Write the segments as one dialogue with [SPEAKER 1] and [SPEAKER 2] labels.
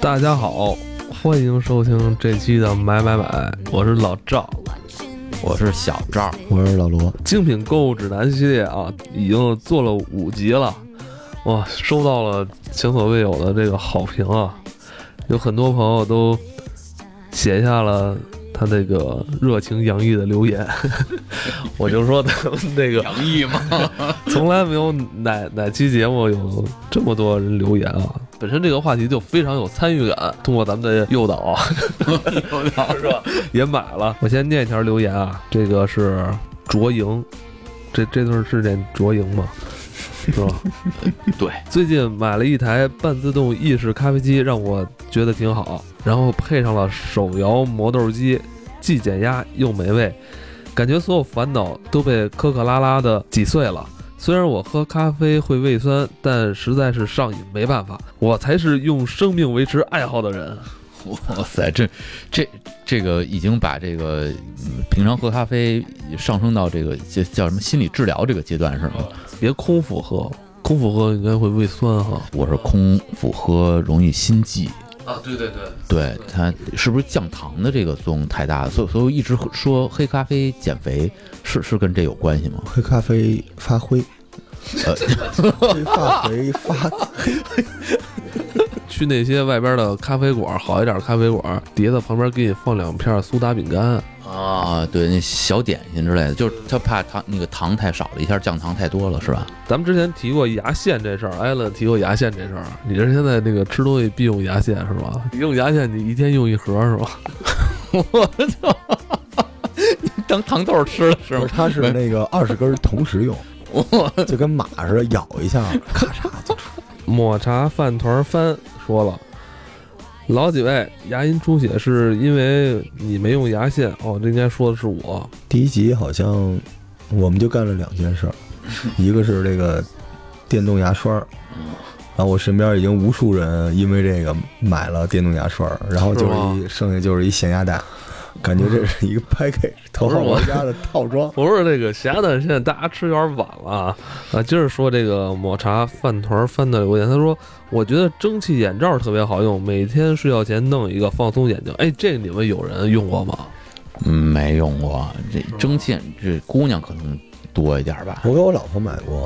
[SPEAKER 1] 大家好，欢迎收听这期的买买买，我是老赵。
[SPEAKER 2] 我是小赵，
[SPEAKER 3] 我是老罗，
[SPEAKER 1] 精品购物指南系列啊，已经做了五集了，哇，收到了前所未有的这个好评啊！有很多朋友都写下了他这个热情洋溢的留言， 我就说咱们这个
[SPEAKER 2] 洋溢吗？
[SPEAKER 1] 从来没有哪哪期节目有这么多人留言啊！本身这个话题就非常有参与感，通过咱们的诱导 啊，是吧？ 也买了。我先念一条留言啊，这个是卓莹，这这段是念卓莹 吗？是吧？
[SPEAKER 2] 对，
[SPEAKER 1] 最近买了一台半自动意式咖啡机，让我觉得挺好，然后配上了手摇磨豆机，既减压又美味，感觉所有烦恼都被磕磕拉拉的挤碎了。虽然我喝咖啡会胃酸，但实在是上瘾，没办法，我才是用生命维持爱好的人。
[SPEAKER 2] 哇塞，这这这个已经把这个嗯平常喝咖啡上升到这个叫叫什么心理治疗这个阶段是吗？
[SPEAKER 1] 别空腹喝，空腹喝应该会胃酸哈。
[SPEAKER 2] 我是空腹喝容易心悸，
[SPEAKER 1] 啊，对对对，
[SPEAKER 2] 对它是不是降糖的这个作用太大？所以所以我一直说黑咖啡减肥是是跟这有关系吗？
[SPEAKER 3] 黑咖啡发灰，
[SPEAKER 2] 呃，
[SPEAKER 3] 黑发回发，
[SPEAKER 1] 去那些外边的咖啡馆，好一点咖啡馆，碟子旁边给你放两片苏打饼干。
[SPEAKER 2] 啊，对，那小点心之类的，就是他怕糖那个糖太少了，一下降糖太多了，是吧？
[SPEAKER 1] 咱们之前提过牙线这事儿，艾伦提过牙线这事儿。你这现在那个吃东西必用牙线是吧？你用牙线你一天用一盒是吧？
[SPEAKER 2] 我操！你当糖豆吃了是
[SPEAKER 3] 不
[SPEAKER 2] 吗
[SPEAKER 3] 是？它是那个二十根儿同时用，就跟马似的，咬一下，咔嚓就出。
[SPEAKER 1] 抹茶饭团翻说了，老几位牙龈出血是因为你没用牙线哦，这应该说的是我。
[SPEAKER 3] 第一集好像我们就干了两件事儿，一个是这个电动牙刷儿，然后我身边已经无数人因为这个买了电动牙刷儿，然后就是
[SPEAKER 1] 吗
[SPEAKER 3] 是一剩下就是一咸鸭蛋，感觉这是一个 package 头号玩家的套装。
[SPEAKER 1] 不是这个咸鸭蛋，现在大家吃有点晚了啊。啊，接着说这个抹茶饭团翻的留言，他说我觉得蒸汽眼罩特别好用，每天睡觉前弄一个放松眼睛。哎，这个你们有人用过吗？
[SPEAKER 2] 嗯，没用过这蒸汽，这姑娘可能多一点吧。
[SPEAKER 3] 我给我老婆买过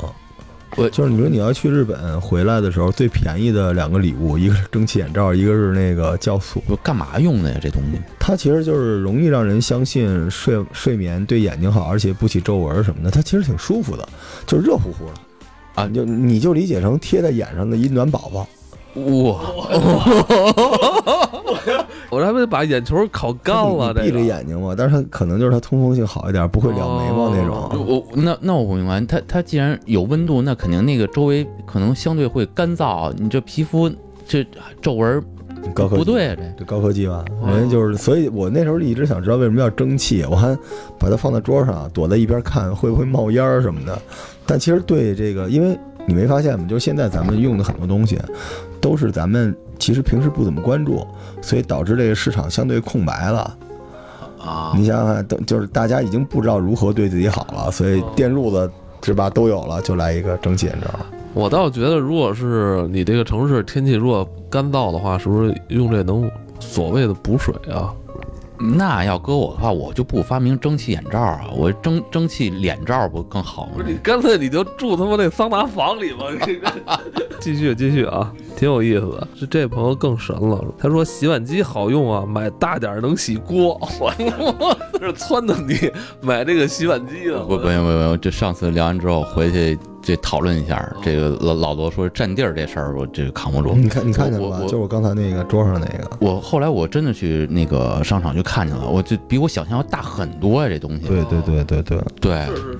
[SPEAKER 2] 我。
[SPEAKER 3] 就是你说你要去日本回来的时候，最便宜的两个礼物，一个是蒸汽眼罩，一个是那个酵素。
[SPEAKER 2] 我干嘛用的呀？这东西？
[SPEAKER 3] 它其实就是容易让人相信睡睡眠对眼睛好，而且不起皱纹什么的。它其实挺舒服的，就是热乎乎的
[SPEAKER 2] 啊
[SPEAKER 3] 你就你就理解成贴在眼上的一暖宝宝。
[SPEAKER 2] 哇，
[SPEAKER 1] 我这还没把眼球烤干了，
[SPEAKER 2] 啊
[SPEAKER 3] 你
[SPEAKER 1] 这
[SPEAKER 3] 闭着
[SPEAKER 1] 个
[SPEAKER 3] 眼睛嘛，但是它可能就是它通风性好一点，不会撩眉毛那
[SPEAKER 1] 哦
[SPEAKER 3] 种。啊
[SPEAKER 2] 我那那我不明白，它它既然有温度，那肯定那个周围可能相对会干燥，你这皮肤这皱纹
[SPEAKER 3] 高科技
[SPEAKER 2] 不对啊，这
[SPEAKER 3] 这高科技吧，
[SPEAKER 1] 哦
[SPEAKER 3] 人家就是，所以我那时候一直想知道为什么要蒸汽，我还把它放在桌上，躲在一边看会不会冒烟儿什么的。但其实对这个，因为你没发现吗？就是现在咱们用的很多东西，都是咱们其实平时不怎么关注，所以导致这个市场相对空白了。
[SPEAKER 2] 啊
[SPEAKER 3] 你想想看，都就是大家已经不知道如何对自己好了，所以电路子是吧都有了，就来一个蒸汽眼罩。
[SPEAKER 1] 我倒觉得，如果是你这个城市天气如果干燥的话，是不是用这能所谓的补水啊？
[SPEAKER 2] 那要搁我的话，我就不发明蒸汽眼罩啊，我蒸蒸汽脸罩不更好吗？
[SPEAKER 1] 干脆 你就住他妈那桑拿房里吧。 继续继续啊，挺有意思的。这这朋友更神了，他说洗碗机好用啊，买大点儿能洗锅。 我他妈是撺掇你买这个洗碗机的。
[SPEAKER 2] 不不用不用不用，这上次聊完之后回去这讨论一下，这个老老罗说占地儿这事儿，我这个扛不住。
[SPEAKER 3] 你看，你看见了
[SPEAKER 2] 我
[SPEAKER 3] 吧？
[SPEAKER 2] 我
[SPEAKER 3] 就是我刚才那个桌上那个。
[SPEAKER 2] 我后来我真的去那个商场去看见了，我就比我想象要大很多呀、这东西。
[SPEAKER 3] 对对对对对，
[SPEAKER 2] 对
[SPEAKER 1] 是是是，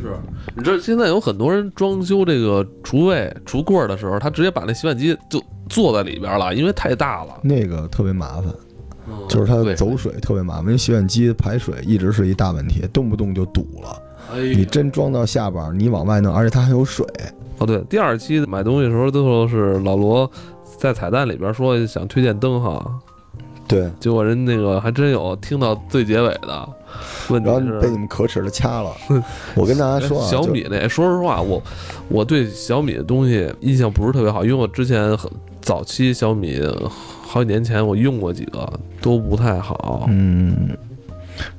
[SPEAKER 1] 你知道现在有很多人装修这个厨卫、橱柜儿的时候，他直接把那洗碗机就坐在里边了，因为太大了。
[SPEAKER 3] 那个特别麻烦。
[SPEAKER 1] 嗯
[SPEAKER 3] 就是它
[SPEAKER 2] 对
[SPEAKER 3] 走水特别麻烦，因为洗碗机排水一直是一大问题，动不动就堵了。
[SPEAKER 1] 哎
[SPEAKER 3] 你真装到下边儿，你往外弄，而且它还有水。
[SPEAKER 1] 哦，对，第二期买东西的时候，最后是老罗在彩蛋里边说想推荐灯哈，
[SPEAKER 3] 对，
[SPEAKER 1] 结果人那个还真有听到最结尾的问题
[SPEAKER 3] 然后被
[SPEAKER 1] 是哎
[SPEAKER 3] 你们可耻的掐了。我跟大家说啊，
[SPEAKER 1] 小
[SPEAKER 3] 就
[SPEAKER 1] 米那，说实话，我我对小米的东西印象不是特别好，因为我之前很早期小米好几年前我用过几个，都不太好。
[SPEAKER 3] 嗯，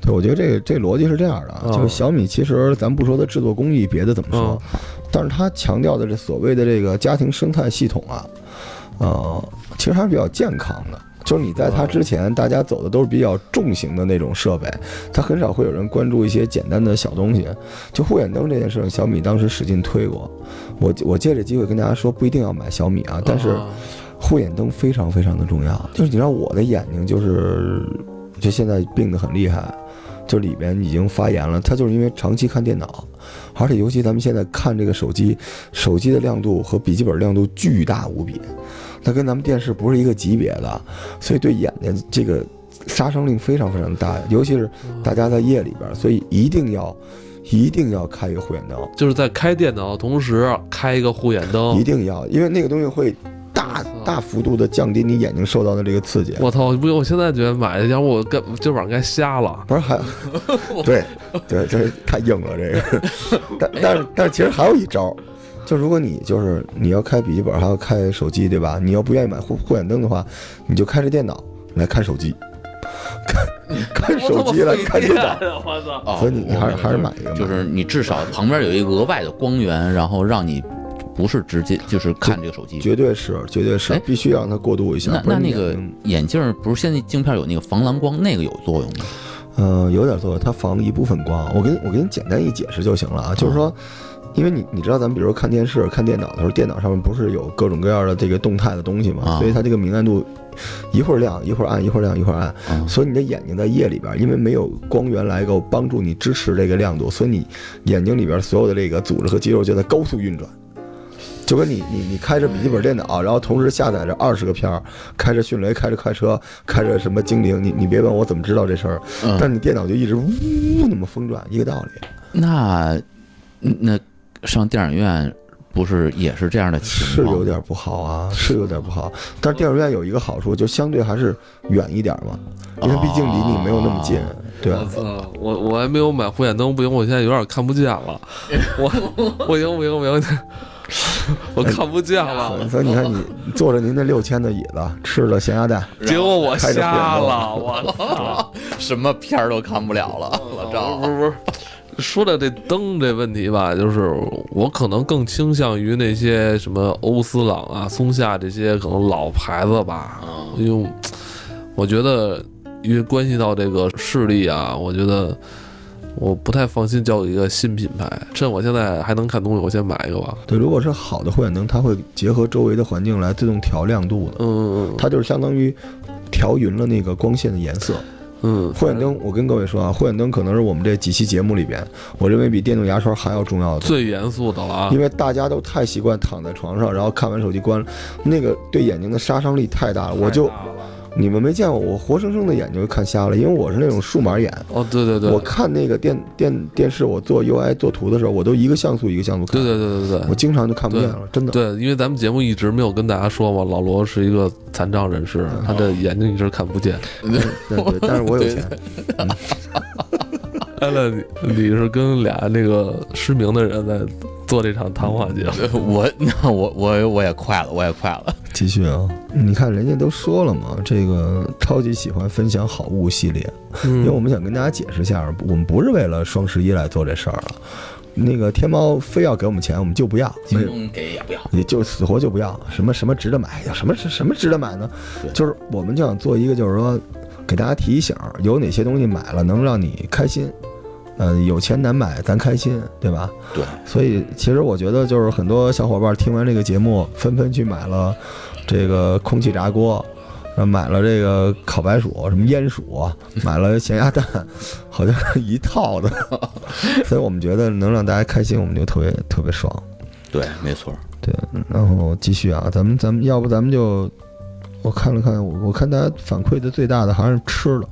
[SPEAKER 3] 对，我觉得这个这个逻辑是这样的啊，
[SPEAKER 1] 嗯
[SPEAKER 3] 就是小米其实咱不说它制作工艺，别的怎么说，但是它强调的这所谓的这个家庭生态系统啊，呃，其实还是比较健康的。就是你在它之前，大家走的都是比较重型的那种设备，它很少会有人关注一些简单的小东西。就护眼灯这件事，小米当时使劲推过。我我借这机会跟大家说，不一定要买小米啊，但是
[SPEAKER 1] 啊
[SPEAKER 3] 护眼灯非常非常的重要，就是你知道我的眼睛就是，就现在病得很厉害，就里边已经发炎了。它就是因为长期看电脑，而且尤其咱们现在看这个手机，手机的亮度和笔记本亮度巨大无比，它跟咱们电视不是一个级别的，所以对眼睛这个杀伤力非常非常大，尤其是大家在夜里边，所以一定要一定要开一个护眼灯。
[SPEAKER 1] 就是在开电脑的同时开一个护眼灯
[SPEAKER 3] 一。定要，因为那个东西会大
[SPEAKER 1] 我操
[SPEAKER 3] 大幅度的降低你眼睛受到的这个刺激。
[SPEAKER 1] 我操！不行，我现在觉得买，要不我该今晚上该瞎了。
[SPEAKER 3] 不 是还，对对，这太硬了这个。但但是但是其实还有一招，就如果你就是你要开笔记本，还要开手机，对吧？你要不愿意买护护眼灯的话，你就开着电脑来看手 机，看看手机来看
[SPEAKER 2] 啊
[SPEAKER 3] 电脑。
[SPEAKER 1] 脑，我操！
[SPEAKER 2] 哦，
[SPEAKER 3] 所以你你还是
[SPEAKER 2] 我明白
[SPEAKER 3] 还是买一个吧
[SPEAKER 2] 就是你至少旁边有一个额外的光源，然后让你不是直接就是看这个手机。
[SPEAKER 3] 绝对是，绝对是
[SPEAKER 2] 哎，
[SPEAKER 3] 必须让它过渡一下
[SPEAKER 2] 那。
[SPEAKER 3] 不
[SPEAKER 2] 那
[SPEAKER 3] 然你嗯
[SPEAKER 2] 那个
[SPEAKER 3] 眼睛
[SPEAKER 2] 眼镜儿不是现在镜片有那个防蓝光，那个有作用吗？
[SPEAKER 3] 呃，有点作用，它防一部分光。我跟我给你简单一解释就行了啊，就是说，因为你你知道咱们比如看电视、啊看电脑的时候，电脑上面不是有各种各样的这个动态的东西嘛，
[SPEAKER 2] 啊
[SPEAKER 3] 所以它这个明暗度一会儿亮一会儿暗，一会儿亮一会儿暗，
[SPEAKER 2] 啊，
[SPEAKER 3] 所以你的眼睛在夜里边，因为没有光源来够帮助你支持这个亮度，所以你眼睛里边所有的这个组织和肌肉就在高速运转。就跟你你你开着笔记本电脑，啊然后同时下载着二十个片儿，开着迅雷，开着快车，开着什么精灵，你你别问我怎么知道这事儿，
[SPEAKER 2] 嗯
[SPEAKER 3] 但你电脑就一直呜那么疯转，一个道理。
[SPEAKER 2] 那嗯那上电影院不是也是这样的
[SPEAKER 3] 是
[SPEAKER 2] 情况？
[SPEAKER 3] 有点不好啊，是有点不好。但是电影院有一个好处，就相对还是远一点嘛，因为毕竟离你没有那么近
[SPEAKER 2] 哦。
[SPEAKER 3] 对，
[SPEAKER 1] 我操！呃我我还没有买护眼灯，不行，我现在有点看不见了。我我行不行不行，我看不见 了。
[SPEAKER 3] 所以你看你坐着您那六千的椅子，吃着咸鸭蛋，
[SPEAKER 1] 结果我
[SPEAKER 3] 开着
[SPEAKER 1] 瞎
[SPEAKER 3] 护眼灯
[SPEAKER 1] 了，我操！
[SPEAKER 2] 什么片儿都看不了了， 老
[SPEAKER 1] 不是不是。说到这灯这问题吧，就是我可能更倾向于那些什么欧司朗啊、松下这些可能老牌子吧，因为我觉得因为关系到这个视力啊，我觉得我不太放心交给一个新品牌。趁我现在还能看东西，我先买一个吧。
[SPEAKER 3] 对，如果是好的护眼灯，它会结合周围的环境来自动调亮度的，
[SPEAKER 1] 嗯
[SPEAKER 3] 它就是相当于调匀了那个光线的颜色。
[SPEAKER 1] 嗯，
[SPEAKER 3] 护眼灯，我跟各位说啊，护眼灯可能是我们这几期节目里边，我认为比电动牙刷还要重要的。
[SPEAKER 1] 最严肃的了啊
[SPEAKER 3] 因。为大家都太习惯躺在床上，然后看完手机关了，那个对眼睛的杀伤力太大了。我就你们没见过，我活生生的眼睛就看瞎了，因为我是那种数码眼。
[SPEAKER 1] 哦，对对对，
[SPEAKER 3] 我看那个电电电视，我做 UI 做图的时候，我都一个像素一个像素看。
[SPEAKER 1] 对对对对对
[SPEAKER 3] 我。经常就看不见了，真的。
[SPEAKER 1] 对，因为咱们节目一直没有跟大家说嘛，老罗是一个残障人士，他的眼睛一直看不见。
[SPEAKER 3] 对 对，但是我有钱，
[SPEAKER 1] 艾伦，你你是跟俩那个失明的人在做这场谈话节目？
[SPEAKER 2] 我那我我我也快了，我也快了。
[SPEAKER 3] 继续啊！你看人家都说了嘛，这个超级喜欢分享好物系列，
[SPEAKER 1] 嗯
[SPEAKER 3] 因为我们想跟大家解释一下，我们不是为了双十一来做这事儿了。那个天猫非要给我们钱，我们就不要，没
[SPEAKER 2] 京
[SPEAKER 3] 有
[SPEAKER 2] 东给也不要。
[SPEAKER 3] 你就死活就不要。什么什么值得买，有什么什么值得买呢？就是我们就想做一个，就是说给大家提醒，有哪些东西买了能让你开心。呃，有钱难买，咱开心，对吧？
[SPEAKER 2] 对，
[SPEAKER 3] 所以其实我觉得，就是很多小伙伴听完这个节目，纷纷去买了这个空气炸锅，呃买了这个烤白薯、什么烟薯，买了咸鸭蛋，好像是一套的。 所以我们觉得能让大家开心，我们就特别特别爽。
[SPEAKER 2] 对，没错。
[SPEAKER 3] 对，然后继续啊，咱们咱们要不咱们就，我看了看，我我看大家反馈的最大的还是吃的，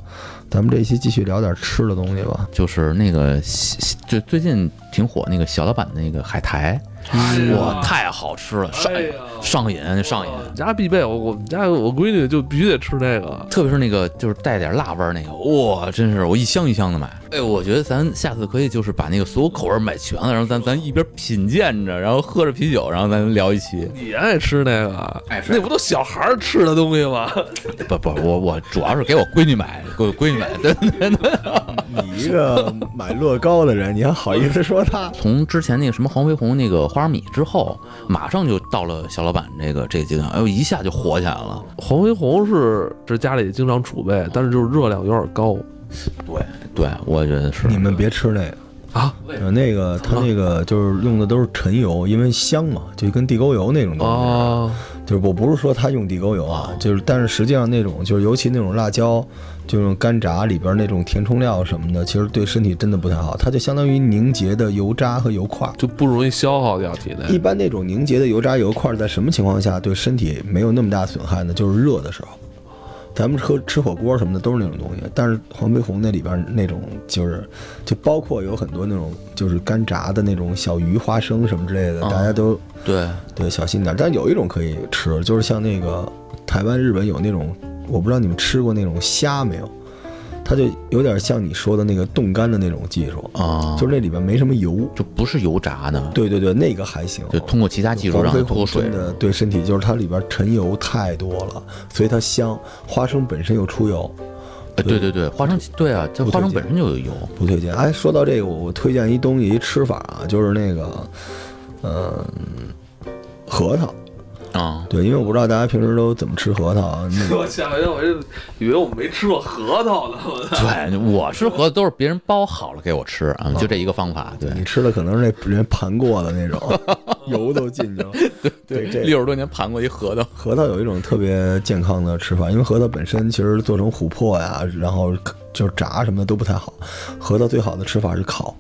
[SPEAKER 3] 咱们这一期继续聊点吃的东西吧。
[SPEAKER 2] 就是那个西，西就最近挺火那个小老板那个海苔，
[SPEAKER 1] 哎呀
[SPEAKER 2] 哇，太好吃了，上
[SPEAKER 1] 哎呀
[SPEAKER 2] 上瘾上瘾
[SPEAKER 1] 我。们家必备，我我们家我闺女就必须得吃那个。
[SPEAKER 2] 特别是那个就是带点辣味儿那个，哇，真是我一箱一箱的买。哎，我觉得咱下次可以就是把那个所有口味儿买全了，然后咱咱一边品鉴着，然后喝着啤酒，然后咱聊一期。
[SPEAKER 1] 你爱吃那个
[SPEAKER 2] 爱，吃
[SPEAKER 1] 那不都小孩儿吃的东西吗？
[SPEAKER 2] 不不，我我主要是给我闺女买，给我闺女买。 对对对。
[SPEAKER 3] 你一个买乐高的人，你还好意思说他？
[SPEAKER 2] 从之前那个什么黄飞鸿那个花生米之后，马上就到了小老板这个这个阶段，哎呦，一下就火起来了。
[SPEAKER 1] 黄飞鸿是这家里经常储备，但是就是热量有点高
[SPEAKER 2] 对，对我觉得是。
[SPEAKER 3] 你们别吃那个。
[SPEAKER 1] 啊。
[SPEAKER 3] 呃，那个它那个就是用的都是陈油，因为香嘛，就跟地沟油那种东西。
[SPEAKER 1] 哦，
[SPEAKER 3] 就是我不是说它用地沟油啊，就是但是实际上那种就是尤其那种辣椒，就是干炸里边那种填充料什么的，其实对身体真的不太好。它就相当于凝结的油渣和油块。
[SPEAKER 1] 就不容易消耗掉体
[SPEAKER 3] 一
[SPEAKER 1] 内。
[SPEAKER 3] 般那种凝结的油渣油块在什么情况下对身体没有那么大损害呢？就是热的时候。咱们喝吃火锅什么的都是那种东西，但是黄飞鸿那里边那种就是，就包括有很多那种就是干炸的那种小鱼、花生什么之类的，
[SPEAKER 2] 啊
[SPEAKER 3] 大家都
[SPEAKER 2] 对，
[SPEAKER 3] 对小心点儿。但有一种可以吃，就是像那个台湾、日本有那种，我不知道你们吃过那种虾没有？它就有点像你说的那个冻干的那种技术，
[SPEAKER 2] 啊、
[SPEAKER 3] 就是那里边没什么油。
[SPEAKER 2] 就不是油炸的，
[SPEAKER 3] 对对对，那个还行。
[SPEAKER 2] 就通过其他技术
[SPEAKER 3] 黄
[SPEAKER 2] 让
[SPEAKER 3] 飞
[SPEAKER 2] 它
[SPEAKER 3] 鸿
[SPEAKER 2] 脱水
[SPEAKER 3] 真。的对身体，就是它里边沉油太多了，所以它香。花生本身又出油，
[SPEAKER 2] 哎对对对，花生对啊，这
[SPEAKER 3] 不
[SPEAKER 2] 花生
[SPEAKER 3] 对劲
[SPEAKER 2] 本身就有油。
[SPEAKER 3] 不推荐。哎，说到这个，我我推荐一东西，一吃法啊，就是那个，嗯，核桃。
[SPEAKER 2] 啊、
[SPEAKER 3] 对，因为我不知道大家平时都怎么吃核桃啊。那
[SPEAKER 1] 我吓我一跳，我就以为我没吃过核桃呢。 我操
[SPEAKER 2] 对，我吃核桃都是别人剥好了给我吃啊，就这一个方法。对，
[SPEAKER 3] 你吃的可能是那人盘过的那种， 油都进去了。对，这
[SPEAKER 2] 十多年盘过一核桃。
[SPEAKER 3] 核桃有一种特别健康的吃法，因为核桃本身其实做成琥珀呀，然后就是炸什么的都不太好。核桃最好的吃法是烤。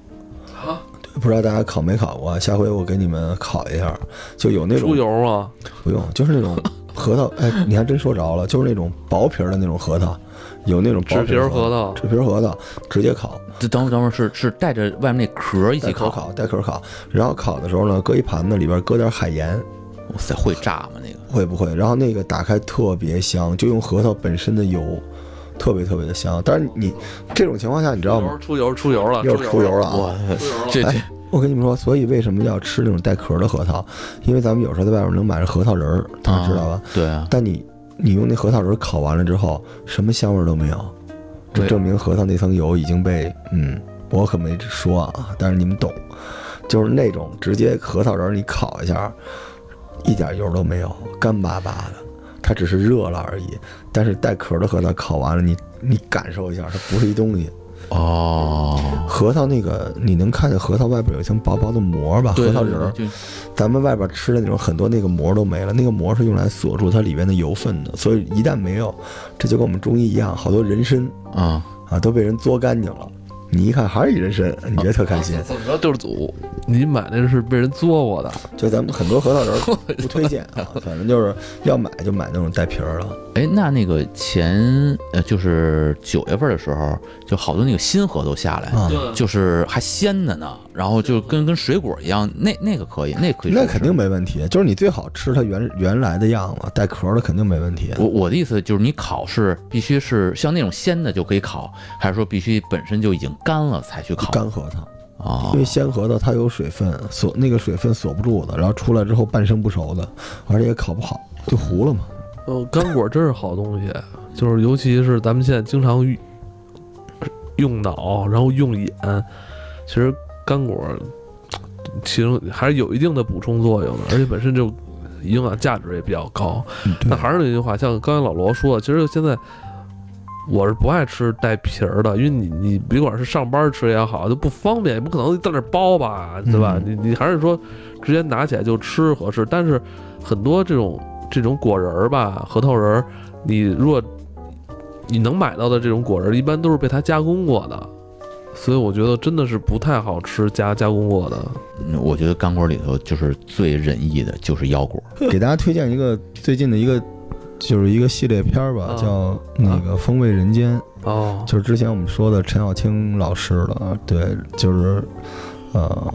[SPEAKER 1] 啊，
[SPEAKER 3] 对不知道大家烤没烤过啊？下回我给你们烤一下，就有那种
[SPEAKER 1] 猪油吗？
[SPEAKER 3] 不用，就是那 种核桃。哎，你还真说着了，就是那种薄皮儿的那种核桃，有那种薄
[SPEAKER 1] 纸皮儿核桃
[SPEAKER 3] 纸皮儿核桃直接烤，
[SPEAKER 2] 这等会儿等会儿是是带着外面那壳一
[SPEAKER 3] 带
[SPEAKER 2] 起
[SPEAKER 3] 壳
[SPEAKER 2] 烤。
[SPEAKER 3] 烤，带壳烤。然后烤的时候呢，搁一盘子，里边搁点海盐，
[SPEAKER 2] 哇塞，会炸吗？那个
[SPEAKER 3] 会不会？然后那个打开特别香，就用核桃本身的油，特别特别的香。但是你这种情况下，你知道
[SPEAKER 1] 出
[SPEAKER 3] 吗
[SPEAKER 1] 油？出油出油了，
[SPEAKER 3] 又是出油
[SPEAKER 1] 了，
[SPEAKER 3] 了啊！
[SPEAKER 1] 出油了。
[SPEAKER 2] 这这
[SPEAKER 3] 我跟你们说，所以为什么要吃那种带壳的核桃？因为咱们有时候在外面能买着核桃仁儿，大家知道吧？
[SPEAKER 2] 啊对啊，
[SPEAKER 3] 但你你用那核桃仁儿烤完了之后，什么香味儿都没有，这
[SPEAKER 2] 对
[SPEAKER 3] 证明核桃那层油已经被嗯，我可没说啊，但是你们懂，就是那种直接核桃仁儿你烤一下，一点油都没有，干巴巴的，它只是热了而已。但是带壳儿的核桃烤完了，你你感受一下，它不是一东西。
[SPEAKER 2] 哦，
[SPEAKER 3] 核桃那个你能看见核桃外边有一层薄薄的膜吧？
[SPEAKER 2] 对
[SPEAKER 3] 核桃仁儿，
[SPEAKER 2] 对对
[SPEAKER 3] 咱们外边吃的那种很多那个膜都没了，那个膜是用来锁住它里边的油分的，所以一旦没有，这就跟我们中医一样，好多人参
[SPEAKER 2] 就啊，
[SPEAKER 3] 啊都被人嘬干净了。你一看还是一人参，你觉得特开心。
[SPEAKER 1] 怎么着就是祖，你买那是被人嘬过的，
[SPEAKER 3] 就咱们很多核桃仁儿不推荐啊，反正就是要买就买那种带皮儿的。
[SPEAKER 2] 哎，那那个前呃，就是九月份的时候，就好多那个新核都下来，
[SPEAKER 1] 嗯
[SPEAKER 3] 啊
[SPEAKER 2] 就是还鲜的呢，然后就跟跟水果一样，那那个可以，那可以试试，
[SPEAKER 3] 那肯定没问题，就是你最好吃它原原来的样子，带壳儿的肯定没问题。
[SPEAKER 2] 我我的意思就是，你烤是必须是像那种鲜的就可以烤，还是说必须本身就已经干了才去烤？
[SPEAKER 3] 干核桃，
[SPEAKER 2] 啊
[SPEAKER 3] 因为鲜核桃它有水分锁，那个水分锁不住的，然后出来之后半生不熟的，而且也烤不好，就糊了嘛。
[SPEAKER 1] 呃，干果真是好东西，就是尤其是咱们现在经常用用脑，然后用眼，其实干果其中还是有一定的补充作用的，而且本身就营养价值也比较高。
[SPEAKER 3] 嗯对
[SPEAKER 1] 那还是那句话，像刚才老罗说的，其实现在我是不爱吃带皮儿的，因为你你别管是上班吃也好，就不方便，也不可能在那儿包吧，对吧？
[SPEAKER 3] 嗯
[SPEAKER 1] 你你还是说直接拿起来就吃合适。但是很多这种这种果仁儿吧，核桃仁儿，你如果你能买到的这种果仁儿，一般都是被它加工过的。所以我觉得真的是不太好吃加加工过的，
[SPEAKER 2] 嗯我觉得干果里头就是最仁义的，就是腰果。
[SPEAKER 3] 给大家推荐一个最近的一个，就是一个系列片儿
[SPEAKER 1] 啊，
[SPEAKER 3] 吧叫那个《风味人间》，
[SPEAKER 1] 哦，
[SPEAKER 3] 就是之前我们说的陈小青老师的，对，就是呃，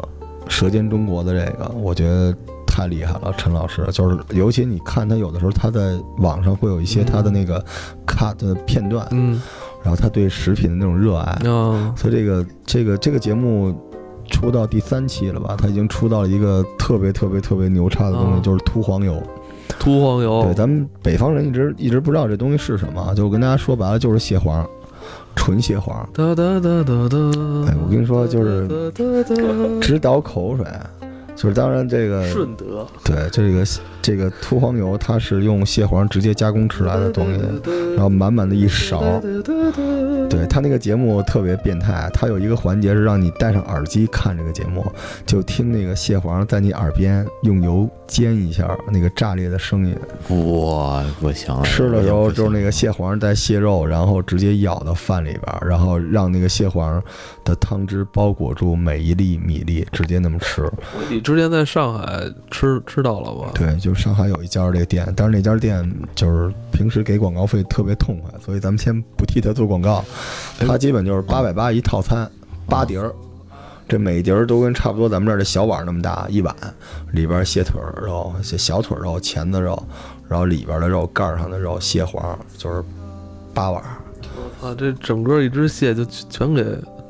[SPEAKER 3] 舌尖中国》的这个，我觉得太厉害了，陈老师就是，尤其你看他有的时候他在网上会有一些他的那个 cut 的片段，
[SPEAKER 1] 嗯，
[SPEAKER 3] 然后他对食品的那种热爱，
[SPEAKER 1] 啊，
[SPEAKER 3] 所以这个这个这个节目出到第三期了吧，他已经出到了一个特别特别特别牛叉的东西，
[SPEAKER 1] 哦
[SPEAKER 3] 就是秃黄油。
[SPEAKER 1] 秃黄
[SPEAKER 3] 对，
[SPEAKER 1] 油，
[SPEAKER 3] 咱们北方人一直一直不知道这东西是什么，啊就我跟大家说白了就是蟹黄，纯蟹黄，
[SPEAKER 1] 哒哒哒哒哒。
[SPEAKER 3] 哎我跟你说就是
[SPEAKER 1] 哒哒哒
[SPEAKER 3] 直倒口水。就是当然这个
[SPEAKER 1] 顺德
[SPEAKER 3] 对这个这个秃黄油，它是用蟹黄直接加工出来的东西，然后满满的一勺。对他那个节目特别变态，他有一个环节是让你戴上耳机看这个节目，就听那个蟹黄在你耳边用油煎一下那个炸裂的声音。
[SPEAKER 2] 我啊不行了，
[SPEAKER 3] 吃的时候就是那
[SPEAKER 2] 个
[SPEAKER 3] 个蟹黄带蟹肉，然后直接舀到饭里边儿，然后让那个蟹黄的汤汁包裹住每一粒米粒，直接那么吃。
[SPEAKER 1] 你之前在上海吃吃到了吗？
[SPEAKER 3] 对，就是上海有一家这个店，但是那家店就是平时给广告费特别痛快，所以咱们先不替他做广告。
[SPEAKER 2] 哎
[SPEAKER 3] 他基本就是八百八一套餐，八碟儿，这每碟儿都跟差不多咱们这儿的小碗儿那么大一碗，里边儿蟹腿儿肉、蟹小腿儿肉、钳子肉，然后里边儿的肉、盖儿上的肉、蟹黄，就是八碗儿。
[SPEAKER 1] 啊，这整个一只蟹就全给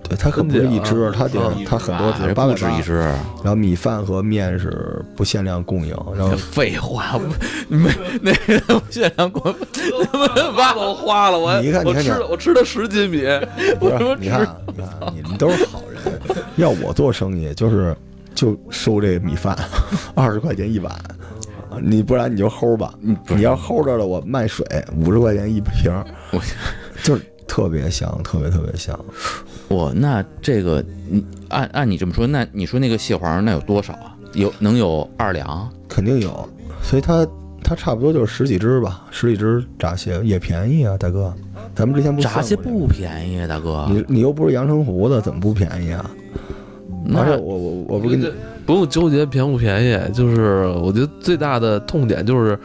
[SPEAKER 3] 对，它可不是一只，它顶
[SPEAKER 1] 啊
[SPEAKER 3] 它很多只，八
[SPEAKER 2] 不
[SPEAKER 3] 百
[SPEAKER 2] 止
[SPEAKER 3] 八
[SPEAKER 2] 一。只。
[SPEAKER 3] 然后米饭和面是不限量供应，然后
[SPEAKER 2] 废话，不你们那个现场光
[SPEAKER 1] 挖都花了，我还
[SPEAKER 3] 你看你
[SPEAKER 1] 我
[SPEAKER 3] 看
[SPEAKER 1] 吃
[SPEAKER 3] 你
[SPEAKER 1] 了我吃了十斤米，
[SPEAKER 3] 不是
[SPEAKER 2] 我说，
[SPEAKER 3] 你看，你看，你们都是好人。要我做生意，就是就收这米饭，二十块钱一碗。你不然你就齁吧，
[SPEAKER 2] 嗯
[SPEAKER 3] 你要齁着了，我卖水五十块钱一瓶儿，
[SPEAKER 2] 我
[SPEAKER 3] 就是特别香，特别特别香。
[SPEAKER 2] 我那这个你按按你这么说，那你说那个蟹黄那有多少啊？有能有二两？
[SPEAKER 3] 肯定有，所以它它差不多就是十几只吧，十几只炸蟹也便宜啊，大哥。咱们之前不是
[SPEAKER 2] 炸蟹
[SPEAKER 3] 算过
[SPEAKER 2] 不便宜，啊大哥
[SPEAKER 3] 这个，。你你又不是阳澄湖的，怎么不便宜啊？而且
[SPEAKER 2] 那
[SPEAKER 3] 我我我不跟你
[SPEAKER 1] 这不用纠结便不便宜，就是我觉得最大的痛点就是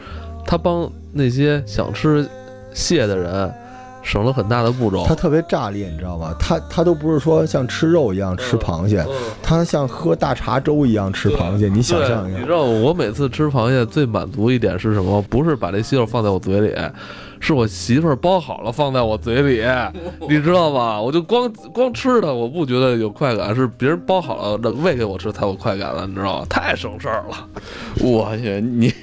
[SPEAKER 1] 他帮那些想吃蟹的人省了很大的步骤。
[SPEAKER 3] 它特别炸裂，你知道吗？它它都不是说像吃肉一样吃螃蟹，
[SPEAKER 1] 嗯
[SPEAKER 3] 它像喝大茶粥一样吃螃蟹。你想象
[SPEAKER 1] 对，
[SPEAKER 3] 一
[SPEAKER 1] 你知
[SPEAKER 3] 下，
[SPEAKER 1] 道我每次吃螃蟹最满足一点是什么？不是把这蟹肉放在我嘴里，是我媳妇儿包好了放在我嘴 里，你知道吗？我就光光吃它，我不觉得有快感，是别人包好了喂给我吃才有快感了，你知道吗？太省事儿了。
[SPEAKER 2] 我去，你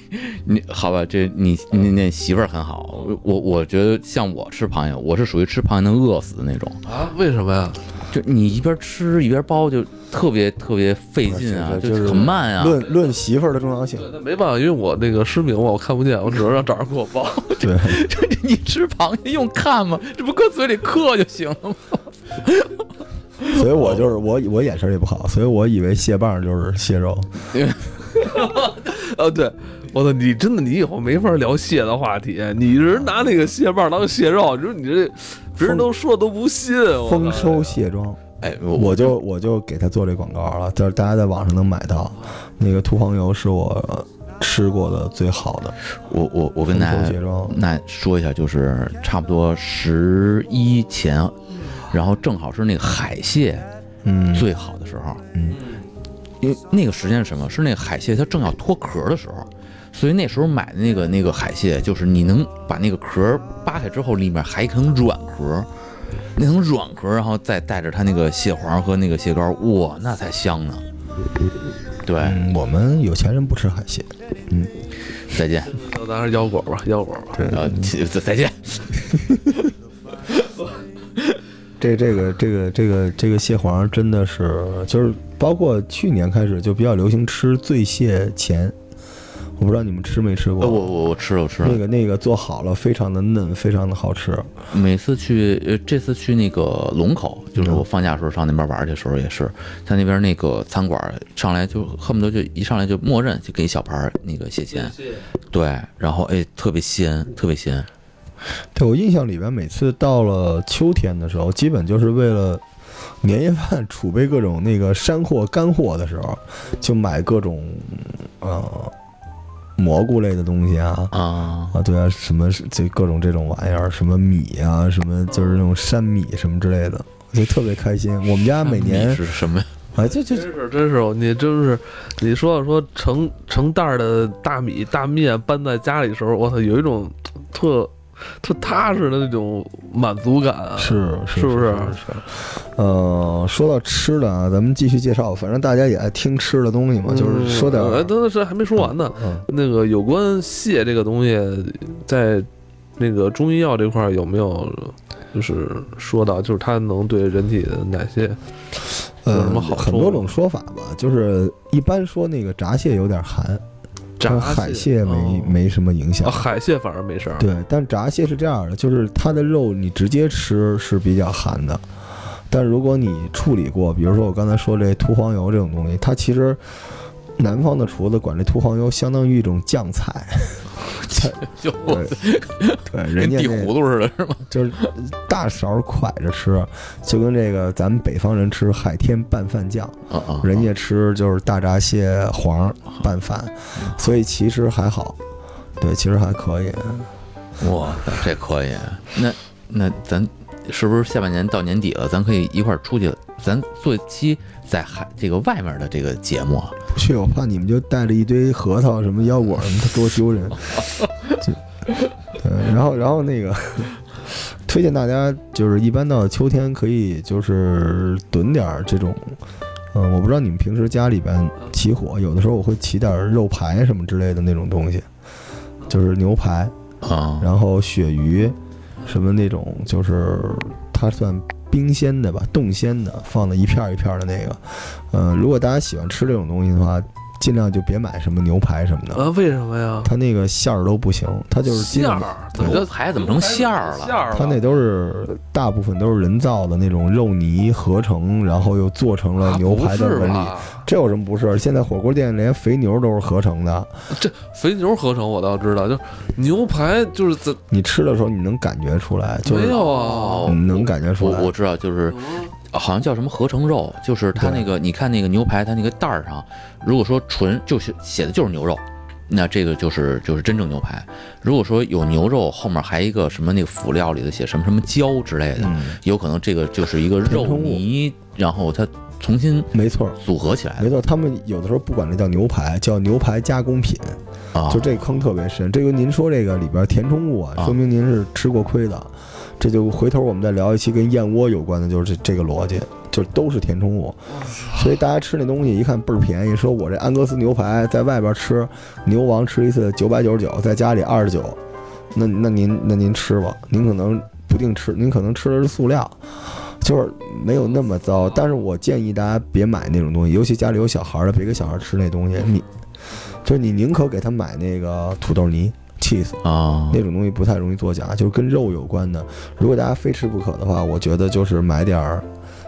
[SPEAKER 2] 你好吧，这你你那媳妇儿很好。我我我觉得像我吃螃蟹，我是属于吃螃蟹能饿死的那种。
[SPEAKER 1] 啊？为什么呀？
[SPEAKER 2] 就你一边吃一边剥，就特别特别费劲啊，
[SPEAKER 3] 就是
[SPEAKER 2] 很慢啊。
[SPEAKER 3] 论论媳妇儿的重要性，
[SPEAKER 1] 那没办法，因为我那个失明嘛，我看不见，我只能让找人给我 包。
[SPEAKER 3] 对，
[SPEAKER 2] 这 你吃螃蟹用看吗？这不搁嘴里嗑就行了吗？
[SPEAKER 3] 所以我就是我我眼神也不好，所以我以为蟹棒就是蟹肉。
[SPEAKER 1] 啊，对，我操，你真的，你以后没法聊蟹的话题，你是拿那个蟹棒当蟹肉，你说你这别人都说都不信，我
[SPEAKER 3] 丰
[SPEAKER 1] 操
[SPEAKER 3] 收蟹庄，
[SPEAKER 2] 哎，
[SPEAKER 3] 我就我就给他做这广告了，就是大家在网上能买到。那个秃黄油是我吃过的最好的
[SPEAKER 2] 我我我跟
[SPEAKER 3] 丰
[SPEAKER 2] 大
[SPEAKER 3] 收
[SPEAKER 2] 家
[SPEAKER 3] 蟹庄。
[SPEAKER 2] 那说一下，就是差不多十一前，然后正好是那个海蟹
[SPEAKER 3] 嗯，
[SPEAKER 2] 最好的时候，
[SPEAKER 3] 嗯，
[SPEAKER 2] 因为那个时间是什么？是那个海蟹它正要脱壳的时候，所以那时候买的那个那个海蟹，就是你能把那个壳扒开之后，里面还一层软壳。那层软壳，然后再带着它那个蟹黄和那个蟹膏，哇，那才香呢！对，
[SPEAKER 3] 嗯，我们有钱人不吃海蟹。
[SPEAKER 2] 再见。
[SPEAKER 1] 那咱还是腰果吧，腰果吧。
[SPEAKER 3] 对，
[SPEAKER 2] 呃，再再见。
[SPEAKER 3] 这这个这个这个这个蟹黄真的是，就是包括去年开始就比较流行吃醉蟹钳，我不知道你们吃没吃过。
[SPEAKER 2] 呃，我我我吃了，我吃了
[SPEAKER 3] 那。个那个做好了，非常的嫩，非常的好吃。
[SPEAKER 2] 每次去，呃，这次去那个龙口，就是
[SPEAKER 3] 嗯
[SPEAKER 2] 我放假的时候上那边玩儿去的时候也是，在那边那个餐馆上来就恨不得就一上来就默认就给一小盘儿那个蟹钳，对，然后哎特别鲜，特别鲜，
[SPEAKER 3] 对我印象里边，每次到了秋天的时候，基本就是为了年夜饭储备各种那个山货干货的时候，就买各种呃蘑菇类的东西啊，
[SPEAKER 2] 啊，
[SPEAKER 3] 啊，对啊，什么是这各种这种玩意儿，什么米啊，什么就是那种山米什么之类的，我就特别开心。我们家每
[SPEAKER 2] 那
[SPEAKER 3] 年
[SPEAKER 2] 是什么呀？
[SPEAKER 3] 哎，这这
[SPEAKER 1] 真是真是，你真是，你说说成成袋儿的大米大面搬在家里时候，我操，有一种特特踏实的那种满足感啊。
[SPEAKER 3] 是
[SPEAKER 1] 是不是
[SPEAKER 3] 是呃，说到吃的啊，咱们继续介绍，反正大家也爱听吃的东西嘛，
[SPEAKER 1] 嗯，
[SPEAKER 3] 就是说点儿。
[SPEAKER 1] 哎，等等，是还没说完呢。
[SPEAKER 3] 嗯，
[SPEAKER 1] 那个有关蟹这个东西，在那个中医药这块儿有没有就是说到，就是它能对人体的哪些？有什么
[SPEAKER 3] 呃，
[SPEAKER 1] 好
[SPEAKER 3] 很
[SPEAKER 1] 处吗
[SPEAKER 3] 多种说法吧，就是一般说那个炸蟹有点寒，
[SPEAKER 1] 炸
[SPEAKER 3] 但海蟹没、没什么影
[SPEAKER 1] 哦
[SPEAKER 3] 响。
[SPEAKER 1] 啊，海蟹反而没事儿。
[SPEAKER 3] 对，但炸蟹是这样的，就是它的肉你直接吃是比较寒的，但如果你处理过，比如说我刚才说这涂黄油这种东西，它其实南方的厨子管这涂黄油相当于一种酱菜，
[SPEAKER 2] 就
[SPEAKER 3] 对，对， 人
[SPEAKER 2] 跟
[SPEAKER 3] 家
[SPEAKER 2] 地
[SPEAKER 3] 那
[SPEAKER 2] 葫芦似的，是吗？
[SPEAKER 3] 就是大勺蒯着吃，就跟这个咱们北方人吃海天拌饭酱，
[SPEAKER 2] 啊啊，
[SPEAKER 3] 人家吃就是大闸蟹黄拌饭，
[SPEAKER 2] 啊
[SPEAKER 3] 所以其实还好，对，其实还可以。
[SPEAKER 2] 哇，这可以。啊那那咱是不是下半年到年底了，咱可以一块儿出去，咱做一期在海这个外面的这个节目啊？
[SPEAKER 3] 不去，我怕你们就带着一堆核桃、什么腰果什么的，多丢人。就对，然后然后那个，推荐大家就是一般到秋天可以就是囤点儿这种，嗯，我不知道你们平时家里边起火，有的时候我会起点儿肉排什么之类的那种东西，就是牛排，
[SPEAKER 2] 啊，
[SPEAKER 3] 然后鳕鱼，什么那种就是它算冰鲜的吧，冻鲜的，放的一片儿一片儿的那个。嗯、如果大家喜欢吃这种东西的话，尽量就别买什么牛排什么的，
[SPEAKER 1] 啊，为什么呀？
[SPEAKER 3] 它那个馅儿都不行，它就是基
[SPEAKER 1] 馅
[SPEAKER 3] 本
[SPEAKER 1] 儿，啊
[SPEAKER 3] 对
[SPEAKER 1] 怎么叫
[SPEAKER 2] 牌怎么成馅儿
[SPEAKER 1] 馅
[SPEAKER 2] 了？
[SPEAKER 1] 儿了？
[SPEAKER 3] 它那都是大部分都是人造的那种肉泥合成，然后又做成了
[SPEAKER 1] 啊
[SPEAKER 3] 牛排的
[SPEAKER 1] 不是
[SPEAKER 3] 纹理。
[SPEAKER 1] 吧
[SPEAKER 3] 这有什么不是？现在火锅店连肥牛都是合成的，
[SPEAKER 1] 这肥牛合成我倒知道，就是牛排就是怎
[SPEAKER 3] 你吃的时候你能感觉出来，就
[SPEAKER 1] 没
[SPEAKER 3] 是嗯
[SPEAKER 1] 有啊？
[SPEAKER 3] 你能感觉出
[SPEAKER 2] 我
[SPEAKER 3] 来。
[SPEAKER 2] 我知道，就是呃好像叫什么合成肉，就是它那个，你看那个牛排，它那个袋儿上，如果说纯就是写的就是牛肉，那这个就是就是真正牛排。如果说有牛肉，后面还一个什么那个辅料里头写什么什么胶之类的，
[SPEAKER 3] 嗯，
[SPEAKER 2] 有可能这个就是一个肉泥，然后它重新
[SPEAKER 3] 没错儿。
[SPEAKER 2] 组合起来
[SPEAKER 3] 没
[SPEAKER 2] 的
[SPEAKER 3] 错，他们有的时候不管这叫牛排，叫牛排加工品，
[SPEAKER 2] 啊
[SPEAKER 3] 就。这个坑特别深。这个您说这个里边填充物啊，
[SPEAKER 2] 啊
[SPEAKER 3] 说明您是吃过亏的。这就回头我们再聊一期跟燕窝有关的，就是这这个逻辑，就都是填充物。所以大家吃那东西一看倍儿便宜，说我这安格斯牛排在外边吃，牛王吃一次九百九十九，在家里二十九，那那您那您吃吧，您可能不定吃，您可能吃的是塑料，就是没有那么糟。但是我建议大家别买那种东西，尤其家里有小孩儿的，别给小孩儿吃那东西。你就是你宁可给他买那个土豆泥 cheese
[SPEAKER 2] 啊
[SPEAKER 3] 那种东西，不太容易作假，就是跟肉有关的。如果大家非吃不可的话，我觉得就是买点儿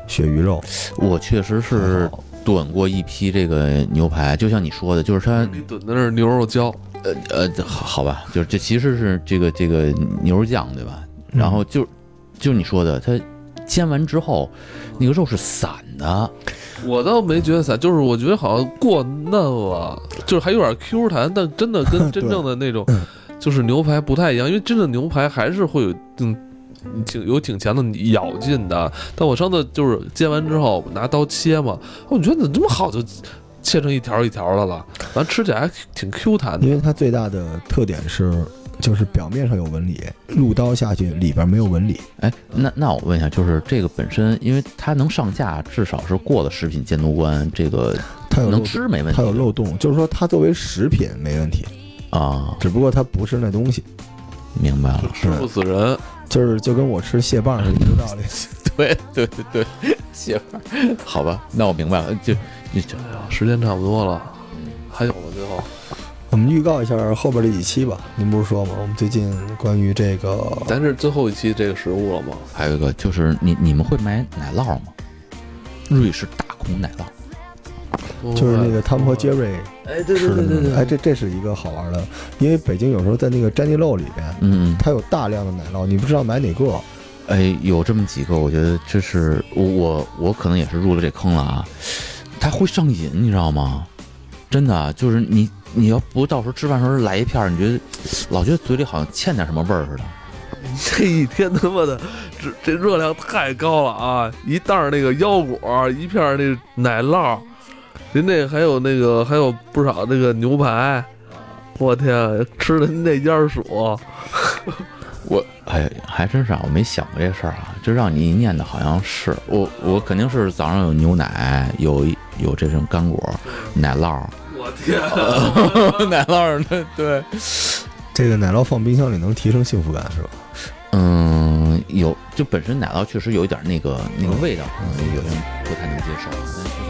[SPEAKER 3] 鳕鱼肉，
[SPEAKER 2] 我确实是炖过一批这个牛排，就像你说的，就是它
[SPEAKER 1] 你炖的是牛肉胶，
[SPEAKER 2] 呃呃，好好吧，就是这其实是这个这个牛肉酱对吧？
[SPEAKER 3] 嗯
[SPEAKER 2] 然后就就你说的，它煎完之后，那个肉是散的，
[SPEAKER 1] 我倒没觉得散，就是我觉得好像过嫩了，就是还有点 Q 弹，但真的 跟真正的那种
[SPEAKER 3] 嗯
[SPEAKER 1] 就是牛排不太一样，因为真的牛排还是会有嗯挺有挺强的咬劲的。但我上次就是煎完之后拿刀切嘛，我觉得怎么这么好就切成一条一条的了，完吃起来还挺 Q 弹的
[SPEAKER 3] 因为它最大的特点是，就是表面上有纹理，入刀下去里边没有纹理。
[SPEAKER 2] 哎，那那我问一下，就是这个本身，因为它能上架，至少是过了食品监督官，这个
[SPEAKER 3] 它有
[SPEAKER 2] 能
[SPEAKER 3] 漏，
[SPEAKER 2] 吃没问
[SPEAKER 3] 它有
[SPEAKER 2] 题
[SPEAKER 3] 漏洞，就是说它作为食品没问题，
[SPEAKER 2] 啊？
[SPEAKER 3] 只不过它不是那东西。
[SPEAKER 2] 明白了，
[SPEAKER 1] 吃不死人。
[SPEAKER 3] 就是就跟我吃蟹棒是一个道理。
[SPEAKER 2] 对对对对，媳妇儿，好吧，那我明白了，就就就
[SPEAKER 1] 哎呀，时间差不多了，还有吗？最后
[SPEAKER 3] 我们预告一下后边这几期吧。您不是说吗？我们最近关于这个，
[SPEAKER 1] 咱是最后一期这个食物了吗？
[SPEAKER 2] 还有一个就是你你们会买奶酪吗？瑞士大孔奶酪。
[SPEAKER 3] 就是那个汤姆和杰瑞
[SPEAKER 1] 哎，对
[SPEAKER 3] 吃
[SPEAKER 1] 对
[SPEAKER 3] 的
[SPEAKER 1] 对
[SPEAKER 3] 那
[SPEAKER 1] 对
[SPEAKER 3] 个，
[SPEAKER 1] 对，
[SPEAKER 3] 哎，这这是一个好玩的，因为北京有时候在那个詹记漏里边，
[SPEAKER 2] 嗯，
[SPEAKER 3] 它有大量的奶酪，你不知道买哪个。
[SPEAKER 2] 哎，有这么几个，我觉得这是我我我可能也是入了这坑了啊。它会上瘾，你知道吗？真的，就是你你要不到时候吃饭时候来 一片儿，你觉得老觉得嘴里好像欠点什么味儿似的。
[SPEAKER 1] 这一天他妈的这这热量太高了啊！一袋儿那个腰果，一片儿那奶酪，您那还有那个还有不少那个牛排，我天，啊吃的那烟鼠，
[SPEAKER 2] 我哎，还真是啊，我没想过这事儿啊，就让你一念的好像是我，我肯定是早上有牛奶，有有这种干果、奶酪，
[SPEAKER 1] 我天， 啊
[SPEAKER 2] 奶酪那对，
[SPEAKER 3] 这个奶酪放冰箱里能提升幸福感是吧？
[SPEAKER 2] 嗯嗯，有就本身奶酪确实有一点那个那个味道，可能有点不太能接受，但是。